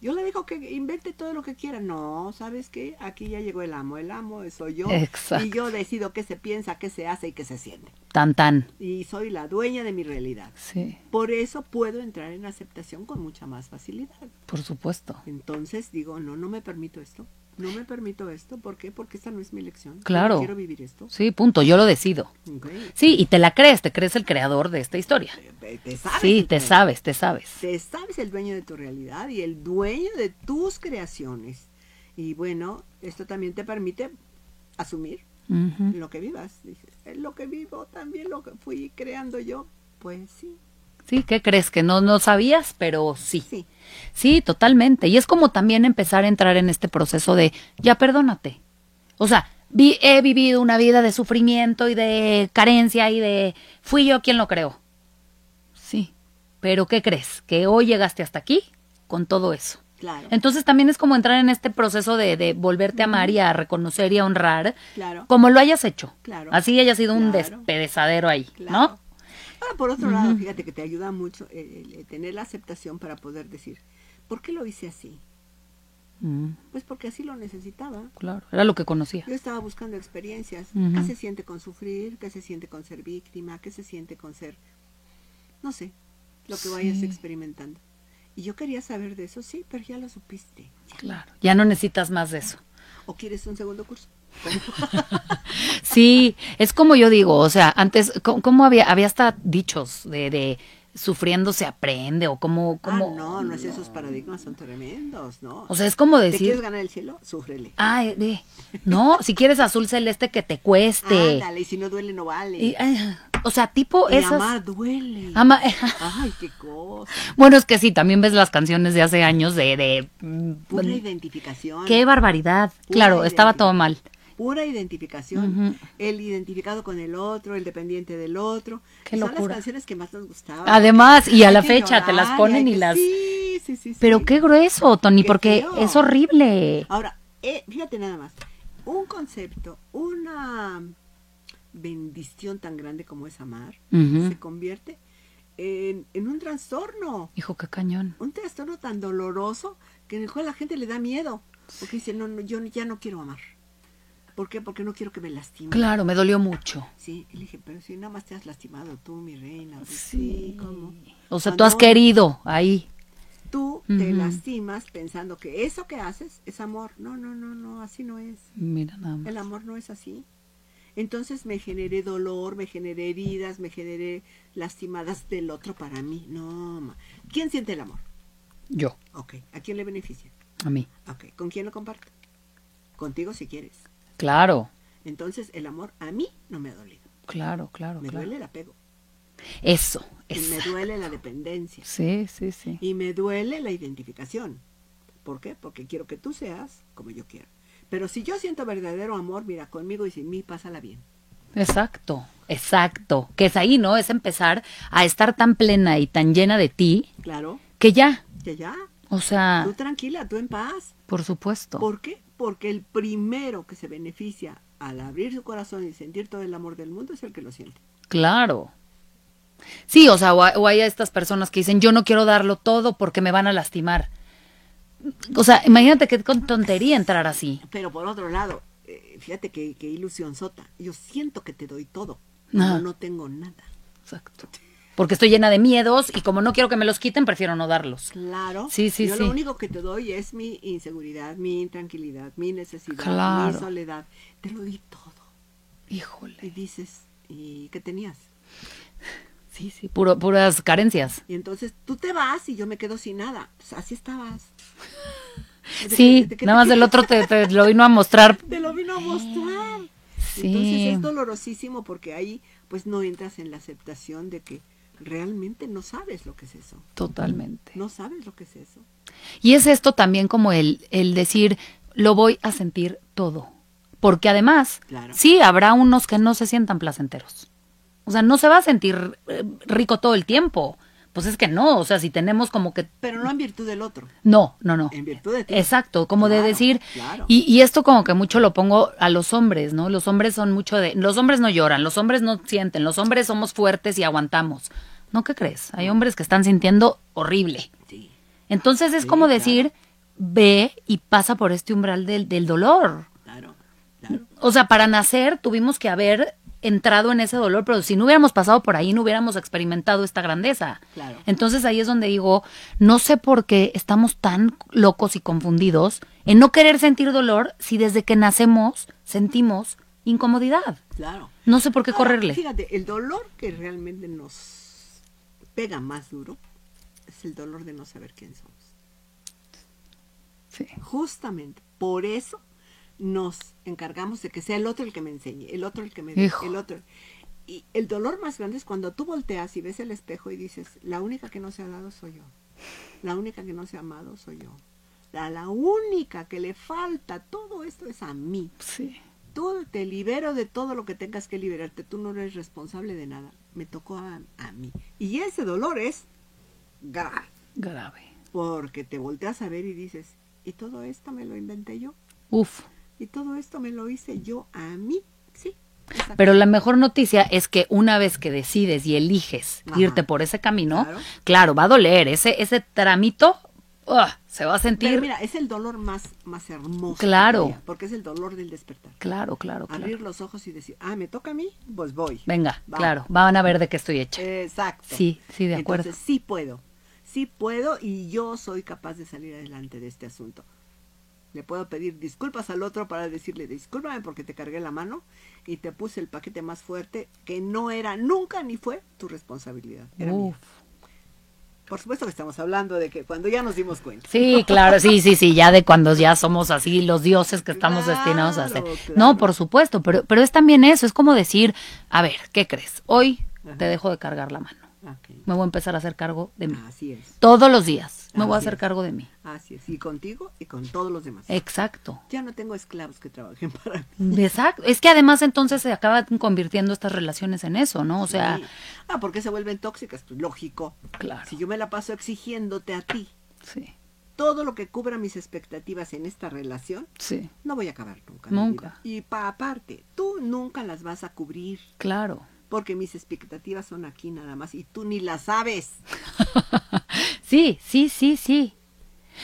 Yo le digo que invente todo lo que quiera. No, ¿sabes qué? Aquí ya llegó el amo. El amo soy yo.
Exacto.
Y yo decido qué se piensa, qué se hace y qué se siente.
Tan tan.
Y soy la dueña de mi realidad.
Sí,
Por eso puedo entrar en aceptación con mucha más facilidad.
por supuesto.
Entonces digo, no, no me permito esto. No me permito esto. ¿Por qué? Porque esta no es mi elección. Yo no
Claro.
quiero vivir esto.
Sí, punto, yo lo decido.
Ok.
Sí, y te la crees, te crees el creador de esta historia.
Te- te sabes
Sí,
el
te
tema.
sabes, te sabes.
Te sabes el dueño de tu realidad y el dueño de tus creaciones. Y bueno, esto también te permite asumir
Ujú.
lo que vivas. Dices, "Es lo que vivo también lo que fui creando yo. Pues sí,
Sí, ¿qué crees? Que no, no sabías, pero sí.
sí.
Sí, totalmente. Y es como también empezar a entrar en este proceso de ya perdónate. O sea, vi- he vivido una vida de sufrimiento y de carencia y de fui yo quien lo creó. Sí. Pero ¿qué crees? Que hoy llegaste hasta aquí con todo eso.
Claro.
Entonces también es como entrar en este proceso de, de volverte a amar y a reconocer y a honrar
Claro.
como lo hayas hecho.
Claro.
Así haya sido un
Claro.
despedezadero ahí,
Claro.
¿no?
Ahora, por otro lado, fíjate que te ayuda mucho eh, el, eh, tener la aceptación para poder decir, ¿por qué lo hice así?
Mm,
Pues porque así lo necesitaba.
claro, era lo que conocía.
Yo estaba buscando experiencias.
Ujú.
¿Qué se siente con sufrir? ¿Qué se siente con ser víctima? ¿Qué se siente con ser, no sé, lo que vayas
Sí.
experimentando? Y yo quería saber de eso, sí, pero ya lo supiste.
Claro, ya no necesitas más de eso.
¿O quieres un segundo curso? ah,
Sí, es como yo digo, o sea, antes, ¿cómo, cómo había, había hasta dichos de, de sufriendo se aprende o como, como,
Ah, no, no es esos paradigmas son tremendos, ¿no?
o sea, es como
¿Te quieres
decir,
ganar el cielo? Súfrele.
ah, eh, eh, no, si quieres azul celeste que te cueste.
Ándale, y si no duele, no vale.
Este Y, ay, o sea, tipo
Y
esas.
amar Ah. duele.
Ama-
Ay, qué cosa.
bueno, es que sí, también ves las canciones de hace años de... de mm,
Pura identificación.
¡Qué barbaridad! Claro, estaba todo mal.
Pura identificación.
Ujú.
El identificado con el otro, el dependiente del otro.
Qué
Y Son
locura.
las canciones que más nos gustaban.
Además, y a
Hay
la
que
fecha te
llorar,
las
y
ponen
hay
y
que-
las...
Sí, sí, sí. sí.
Pero qué grueso, Tony,
Qué
porque
feo.
es horrible.
Ahora, eh, fíjate nada más. Un concepto, una bendición tan grande como es amar,
Ujú.
se convierte en, en un trastorno.
Hijo, qué cañón.
un trastorno tan doloroso que en el cual la gente le da miedo. Porque dice, no, no, yo ya no quiero amar. ¿Por qué? Porque no quiero que me lastimen.
Claro, me dolió mucho.
Sí, y le dije, pero si nada más te has lastimado tú, mi reina. Pues,
Sí.
sí, ¿cómo? Ah,
O sea, tú
Cuando
has querido ahí.
Tú te
Ujú.
lastimas pensando que eso que haces es amor. No, no, no, no, así no es.
Mira nada más.
El amor no es así. Entonces me generé dolor, me generé heridas, me generé lastimadas del otro para mí. No, ma. ¿quién siente el amor?
Yo,
Ok, ¿a quién le beneficia?
a mí.
Ok, ¿con quién lo comparto? Contigo si quieres.
Claro,
Entonces el amor a mí no me ha dolido.
claro, claro,
Me
Oh, claro.
duele el apego.
Eso,
Y me
eso.
duele la dependencia.
Sí, sí, sí.
Y me duele la identificación. ¿Por qué? Porque quiero que tú seas como yo quiero. Pero si yo siento verdadero amor, mira, conmigo y sin mí, pásala bien.
Exacto, exacto. Que es ahí, ¿no? Es empezar a estar tan plena y tan llena de ti
Claro,
que ya,
que ya.
o sea,
Tú tranquila, tú en paz.
por supuesto.
¿Por qué? Porque el primero que se beneficia al abrir su corazón y sentir todo el amor del mundo es el que lo siente.
Claro. Sí, o sea, o hay, o hay estas personas que dicen, yo no quiero darlo todo porque me van a lastimar. O sea, imagínate qué con tontería entrar así.
Pero por otro lado, eh, fíjate qué, qué ilusión sota, yo siento que te doy todo,
Ajá.
pero no tengo nada.
Exacto. Porque estoy llena de miedos y como no quiero que me los quiten, prefiero no darlos.
Claro.
Sí, sí,
yo
sí.
lo único que te doy es mi inseguridad, mi intranquilidad, mi necesidad,
Claro.
mi soledad. Te lo di todo. Y
Híjole.
dices, ¿y qué tenías?
Sí, sí, puro, puras carencias.
Y entonces tú te vas y yo me quedo sin nada. Pues así estabas. ¿De qué-
Sí,
de qué
nada
te
más del otro te, te lo vino a mostrar.
te lo vino a mostrar.
Sí.
Entonces es dolorosísimo porque ahí pues no entras en la aceptación de que realmente no sabes lo que es eso.
Totalmente.
No sabes lo que es eso.
Y es esto también como el, el decir, lo voy a sentir todo. Porque además,
Claro.
sí, habrá unos que no se sientan placenteros. O sea, no se va a sentir eh, rico todo el tiempo. Pues es que no, o sea, si tenemos como que...
Pero no en virtud del otro.
No, no, no.
En virtud de ti.
Exacto, como de
Claro,
decir...
claro.
Y, y esto como que mucho lo pongo a los hombres, ¿no? Los hombres son mucho de... Los hombres no lloran, los hombres no sienten, los hombres somos fuertes y aguantamos. ¿No qué crees? Hay hombres que están sintiendo horrible.
Sí.
Entonces es
Sí,
como
claro.
decir, ve y pasa por este umbral del, del dolor.
Claro, claro.
O sea, para nacer tuvimos que haber entrado en ese dolor, pero si no hubiéramos pasado por ahí, no hubiéramos experimentado esta grandeza.
Claro.
Entonces ahí es donde digo, no sé por qué estamos tan locos y confundidos en no querer sentir dolor si desde que nacemos sentimos incomodidad.
Claro.
No sé por qué
Ahora,
correrle.
Fíjate, el dolor que realmente nos pega más duro es el dolor de no saber quién somos.
Sí.
Justamente por eso nos encargamos de que sea el otro el que me enseñe, el otro el que me dé,
Hijo.
el otro. Y el dolor más grande es cuando tú volteas y ves el espejo y dices, la única que no se ha dado soy yo. La única que no se ha amado soy yo. La, la única que le falta todo esto es a mí.
Sí.
Tú te libero de todo lo que tengas que liberarte. Tú no eres responsable de nada. Me tocó a, a mí. Y ese dolor es grave.
Grave.
Porque te volteas a ver y dices, ¿y todo esto me lo inventé yo?
Uf.
¿Y todo esto me lo hice yo a mí? Sí. exacto.
Pero la mejor noticia es que una vez que decides y eliges
Ajá.
irte por ese camino, claro.
Claro.
va a doler. Ese, ese tramito ¡ah! se va a sentir.
Pero mira, es el dolor más, más hermoso. que
Claro.
podría, Porque es el dolor del despertar.
claro, claro, claro.
Abrir los ojos y decir, ah, me toca a mí, pues voy.
Venga,
Va.
claro. Van a ver de qué estoy hecha.
Exacto.
Sí, sí, de acuerdo.
Entonces, sí puedo. Sí puedo y yo soy capaz de salir adelante de este asunto. Le puedo pedir disculpas al otro para decirle, discúlpame porque te cargué la mano y te puse el paquete más fuerte que no era nunca ni fue tu responsabilidad. Era
Uf.
mía. Por supuesto que estamos hablando de que cuando ya nos dimos cuenta.
Sí, claro, sí, sí, sí, ya de cuando ya somos así los dioses que estamos
Claro,
destinados a ser. No,
claro.
por supuesto, pero, pero es también eso, es como decir, a ver, ¿qué crees? Hoy
Ajá.
te dejo de cargar la mano,
Ok.
me voy a empezar a hacer cargo de mí.
Así es,
Todos los días me voy a
Ah. Así
hacer
es.
cargo de mí.
así es. Y contigo y con todos los demás.
Eh. Exacto.
Ya no tengo esclavos que trabajen para mí.
Exacto. Es que además entonces se acaban convirtiendo estas relaciones en eso, ¿no? O sea,
Sí. Ah, ¿por qué se vuelven tóxicas? Pues lógico.
claro.
Si yo me la paso exigiéndote a ti
Sí,
todo lo que cubra mis expectativas en esta relación,
sí,
no voy a acabar nunca. mi
Nunca.
vida. Y pa aparte, tú nunca las vas a cubrir
claro.
porque mis expectativas son aquí nada más y tú ni las sabes.
sí, sí, sí, sí.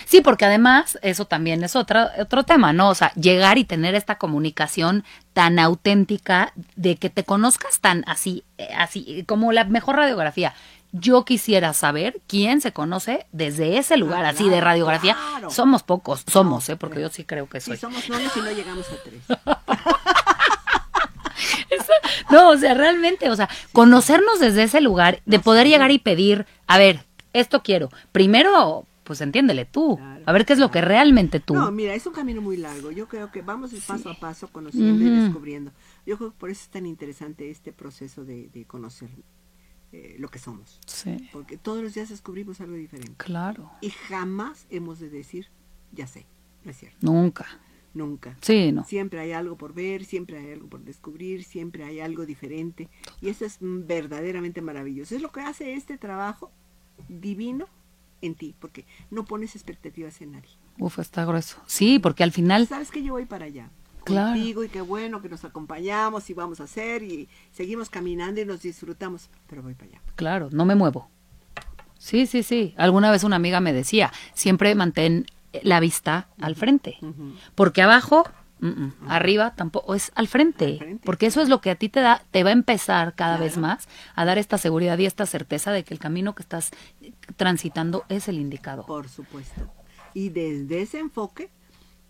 Sí, porque además eso también es otra, otro tema, ¿no? O sea, llegar y tener esta comunicación tan auténtica de que te conozcas tan así, eh, así eh, como la mejor radiografía. Yo quisiera saber quién se conoce desde ese lugar, así de
claro,
radiografía.
claro.
Somos pocos, somos, ¿eh? Porque yo sí creo que
Si
soy.
somos nones y no llegamos a tres.
No, o sea, realmente, o sea, conocernos desde ese lugar, de poder llegar y pedir, a ver, esto quiero. Primero, pues entiéndele tú,
Claro,
a ver qué es lo que realmente tú.
No, mira, es un camino muy largo. Yo creo que vamos de paso a paso conociendo y
Ujú.
descubriendo. Yo creo que por eso es tan interesante este proceso de, de conocer eh, lo que somos.
Sí,
Porque todos los días descubrimos algo diferente.
claro.
Y jamás hemos de decir, ya sé, no es cierto.
Nunca.
Nunca.
Sí, no.
Siempre hay algo por ver, siempre hay algo por descubrir, siempre hay algo diferente. Y eso es mm, verdaderamente maravilloso. Es lo que hace este trabajo divino en ti, porque no pones expectativas en nadie.
Uf, está grueso. Sí, porque al final,
Sabes que yo voy para allá.
Claro.
Contigo y qué bueno que nos acompañamos y vamos a hacer y seguimos caminando y nos disfrutamos, pero voy para allá.
claro, no me muevo. Sí, sí, sí. Alguna vez una amiga me decía, siempre mantén la vista al frente,
Ujú.
porque abajo Mm-mm. Arriba tampoco, es al frente,
Al frente.
porque eso es lo que a ti te da, te va a empezar cada
Claro.
vez más a dar esta seguridad y esta certeza de que el camino que estás eh, transitando es el indicado.
Por supuesto. Y desde ese enfoque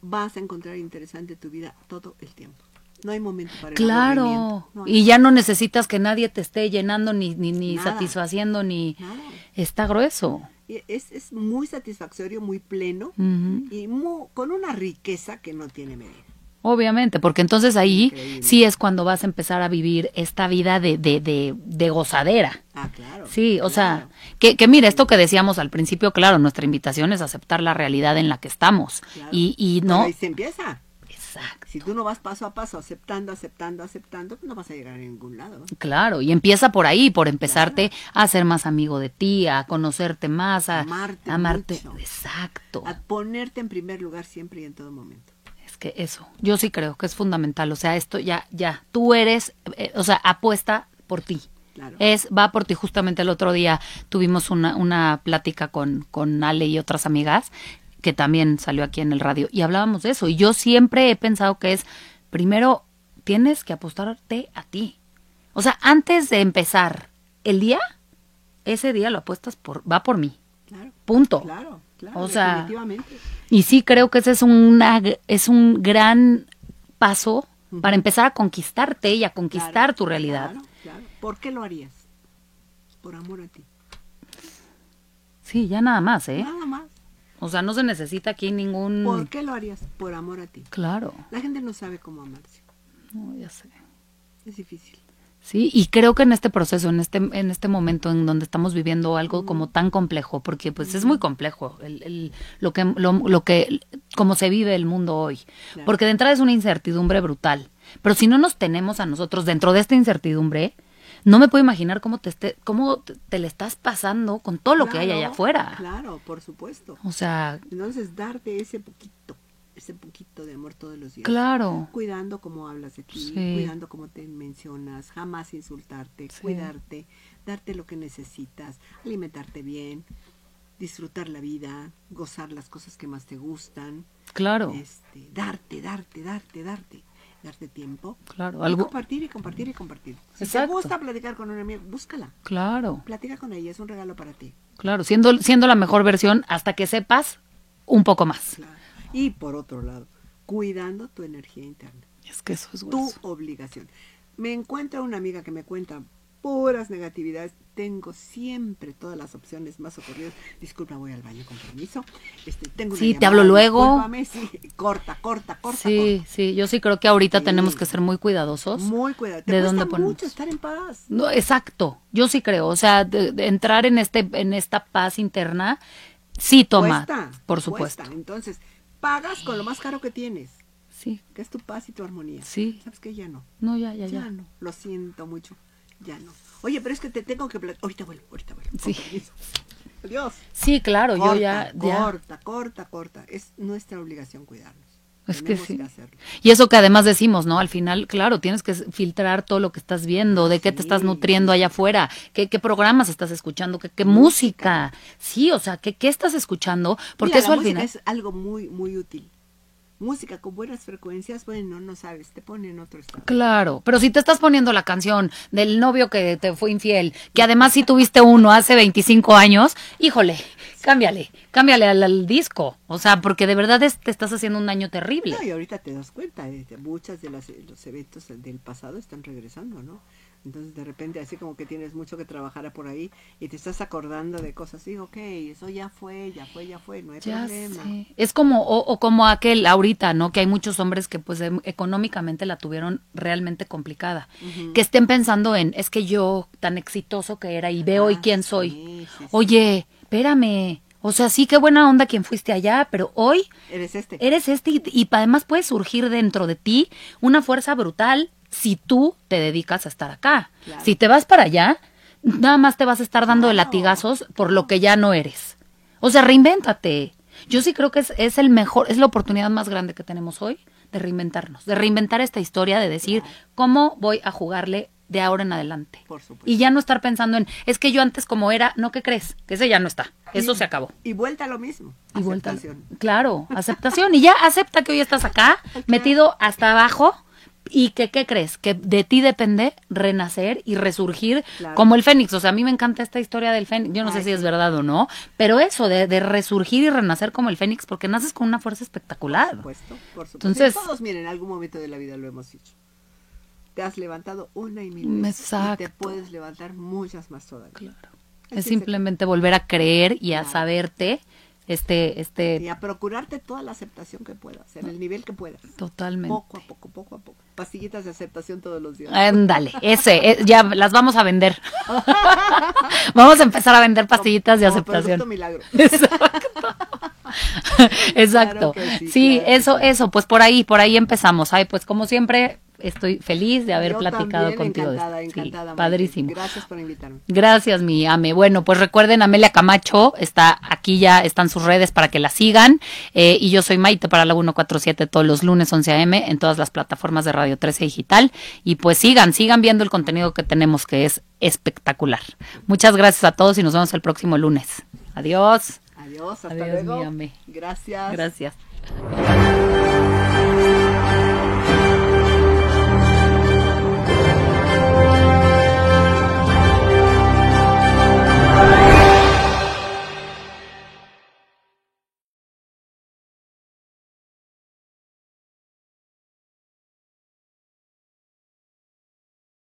vas a encontrar interesante tu vida todo el tiempo. No hay momento para el
Claro,
aburrimiento. No hay
y ya no necesitas que nadie te esté llenando ni, ni, ni
Nada.
satisfaciendo ni
nada.
está grueso.
Y Es, es muy satisfactorio, muy pleno
Ujú.
y mu- con una riqueza que no tiene medida.
Obviamente, porque entonces ahí
Increíble.
sí es cuando vas a empezar a vivir esta vida de, de, de, de gozadera.
Ah, claro.
Sí, o sea,
claro.
que, que mira, esto que decíamos al principio, claro, nuestra invitación es aceptar la realidad en la que estamos.
Claro.
Y, y
Pero
no.
ahí se empieza.
Exacto.
Si tú no vas paso a paso, aceptando, aceptando, aceptando, pues no vas a llegar a ningún lado.
Claro, y empieza por ahí, por empezarte a ser más amigo de ti, a conocerte más, a
Amarte
a amarte.
mucho.
Exacto.
A ponerte en primer lugar siempre y en todo momento.
Es que eso, yo sí creo que es fundamental. O sea, esto ya, ya, tú eres, eh, o sea, apuesta por ti.
Claro.
Es, va por ti. Justamente el otro día tuvimos una, una plática con, con Ale y otras amigas que también salió aquí en el radio y hablábamos de eso. Y yo siempre he pensado que es, primero, tienes que apostarte a ti. O sea, antes de empezar el día, ese día lo apuestas por, va por mí.
Claro.
Punto.
Claro, claro.
O sea,
definitivamente.
Y sí creo que ese es, una, gr- es un gran paso para empezar a conquistarte y a conquistar
Claro,
tu realidad.
Claro, claro. ¿Por qué lo harías? Por amor a ti.
Sí, ya nada más, ¿eh? Mm.
Nada más.
O sea, no se necesita aquí ningún...
¿Por qué lo harías? Por amor a ti.
Claro.
La gente no sabe cómo amarse.
No, ya sé.
Es difícil.
Sí, y creo que en este proceso, en este, en este momento en donde estamos viviendo algo como tan complejo, porque pues es muy complejo el, el- lo que, lo, lo que, como se vive el mundo hoy,
Claro.
porque de entrada es una incertidumbre brutal, pero si no nos tenemos a nosotros dentro de esta incertidumbre, no me puedo imaginar cómo te, esté, cómo te, te le estás pasando con todo lo que hay allá
Claro,
afuera.
Claro, por supuesto.
O sea,
Entonces, darte ese poquito, ese poquito de amor todos los días.
claro.
Cuidando cómo hablas de ti,
Sí.
cuidando cómo te mencionas, jamás insultarte,
Sí.
cuidarte, darte lo que necesitas, alimentarte bien, disfrutar la vida, gozar las cosas que más te gustan,
Claro,
este, darte, darte, darte, darte, darte tiempo.
claro,
Y
algo,
compartir y compartir y compartir. Si
Exacto.
te gusta platicar con una amiga, búscala,
claro,
platica con ella, es un regalo para ti.
claro, siendo, siendo la mejor versión hasta que sepas un poco más.
Claro. Y por otro lado, cuidando tu energía interna,
Es que eso es
tu
grueso.
obligación. Me encuentro una amiga que me cuenta puras negatividades. Tengo siempre todas las opciones más ocurridas. Disculpa, voy al baño, compromiso. Este, tengo una
Sí, te
llamada,
hablo luego.
discúlpame, sí. corta, corta, corta.
sí, sí, yo sí creo que ahorita
Sí.
tenemos que ser muy cuidadosos.
corta. Muy cuidado. Te
¿De
cuesta
dónde ponemos?
mucho estar en paz.
No, exacto, yo sí creo, o sea, de- de entrar en este en esta paz interna sí toma,
Cuesta,
por supuesto.
cuesta. Entonces, pagas con lo más caro que tienes,
Sí,
que es tu paz y tu armonía.
Sí.
¿Sabes que Ya no.
no ya ya
Ya,
ya.
no, lo siento mucho. Ya no. Oye, pero es que te tengo que platicar. Ahorita vuelvo, ahorita vuelvo. con
Sí.
permiso. Adiós.
Sí, claro,
corta,
yo ya ya
corta, corta, corta. Es nuestra obligación cuidarnos.
Es que
Tenemos
sí.
hacerlo.
y eso que además decimos, ¿no? Al final, claro, tienes que filtrar todo lo que estás viendo, de qué te estás
Sí.
nutriendo allá afuera, qué, qué programas estás escuchando, qué, qué música. Sí, o sea, qué, qué estás escuchando, porque
Mira,
eso
la
al
música
final...
es algo muy, muy útil. Música con buenas frecuencias, bueno, no sabes, te pone en otro estado.
Claro, pero si te estás poniendo la canción del novio que te fue infiel, que además sí tuviste uno hace 25 años, híjole, cámbiale, cámbiale al, al disco. O sea, porque de verdad es- te estás haciendo un daño terrible.
No, y ahorita te das cuenta, este, muchas de las, los eventos del pasado están regresando, ¿no? Entonces de repente así como que tienes mucho que trabajar por ahí y te estás acordando de cosas y ok, eso ya fue, ya fue, ya fue, no hay
Ya
problema.
sé. Es como, o, o como aquel ahorita, ¿no? Que hay muchos hombres que pues em- económicamente la tuvieron realmente complicada. Que estén pensando en, es que yo tan exitoso que era y veo hoy
Ah,
quién
sí,
soy.
sí, sí.
Oye, espérame. O sea, sí, qué buena onda quien fuiste allá, pero hoy
Eres este.
Eres este y, y además puede surgir dentro de ti una fuerza brutal si tú te dedicas a estar acá.
Claro.
Si te vas para allá, nada más te vas a estar dando de
Claro.
latigazos por lo que ya no eres. O sea, reinvéntate. Yo sí creo que es, es el mejor, es la oportunidad más grande que tenemos hoy de reinventarnos, de reinventar esta historia, de decir cómo voy a jugarle de ahora en adelante.
Por supuesto.
Y ya no estar pensando en, es que yo antes como era, no, ¿qué crees? Que ese ya no está. Eso
Y-
se acabó.
Y vuelta a lo mismo.
Y vuelta.
Aceptación.
Claro, aceptación. Y ya acepta que hoy estás acá, metido hasta abajo. Y que, ¿qué crees? Que de ti depende renacer y resurgir
Claro.
como el Fénix. O sea, a mí me encanta esta historia del Fénix. Yo no sé
Ay,
si es verdad o no, pero eso de, de resurgir y renacer como el Fénix, porque naces con una fuerza espectacular.
Por supuesto, por supuesto.
Entonces-
Y todos, miren, en algún momento de la vida lo hemos dicho. Te has levantado una y mil veces. Y te
Exacto.
puedes levantar muchas más todavía.
Claro.
Así
Es
se-
simplemente volver a creer y a
Claro.
saberte este,
Y
este,
a procurarte toda la aceptación que puedas, en el nivel que puedas.
totalmente.
Poco a poco, poco a poco. Pastillitas de aceptación todos los días.
Ándale, ese, eh, ya las vamos a vender. vamos a empezar a vender pastillitas de
Como
aceptación.
Producto milagro.
Exacto. Exacto.
Claro que sí,
sí,
claro que
eso, eso, pues por ahí, por ahí empezamos. Ay, pues como siempre, estoy feliz de haber
Yo
platicado
también,
contigo. de esto.
Encantada,
Sí,
encantada. Maite.
padrísimo.
Gracias por invitarme.
Gracias, mi Ame. Bueno, pues recuerden, Amelia Camacho está aquí ya, están sus redes para que la sigan. Eh, y yo soy Maite para la 147 todos los lunes 11 a.m. en todas las plataformas de Radio 13 Digital. Y pues sigan, sigan viendo el contenido que tenemos, que es espectacular. Muchas gracias a todos y nos vemos el próximo lunes. Adiós.
Adiós, hasta
Adiós, mi
luego.
ame.
Gracias.
Gracias.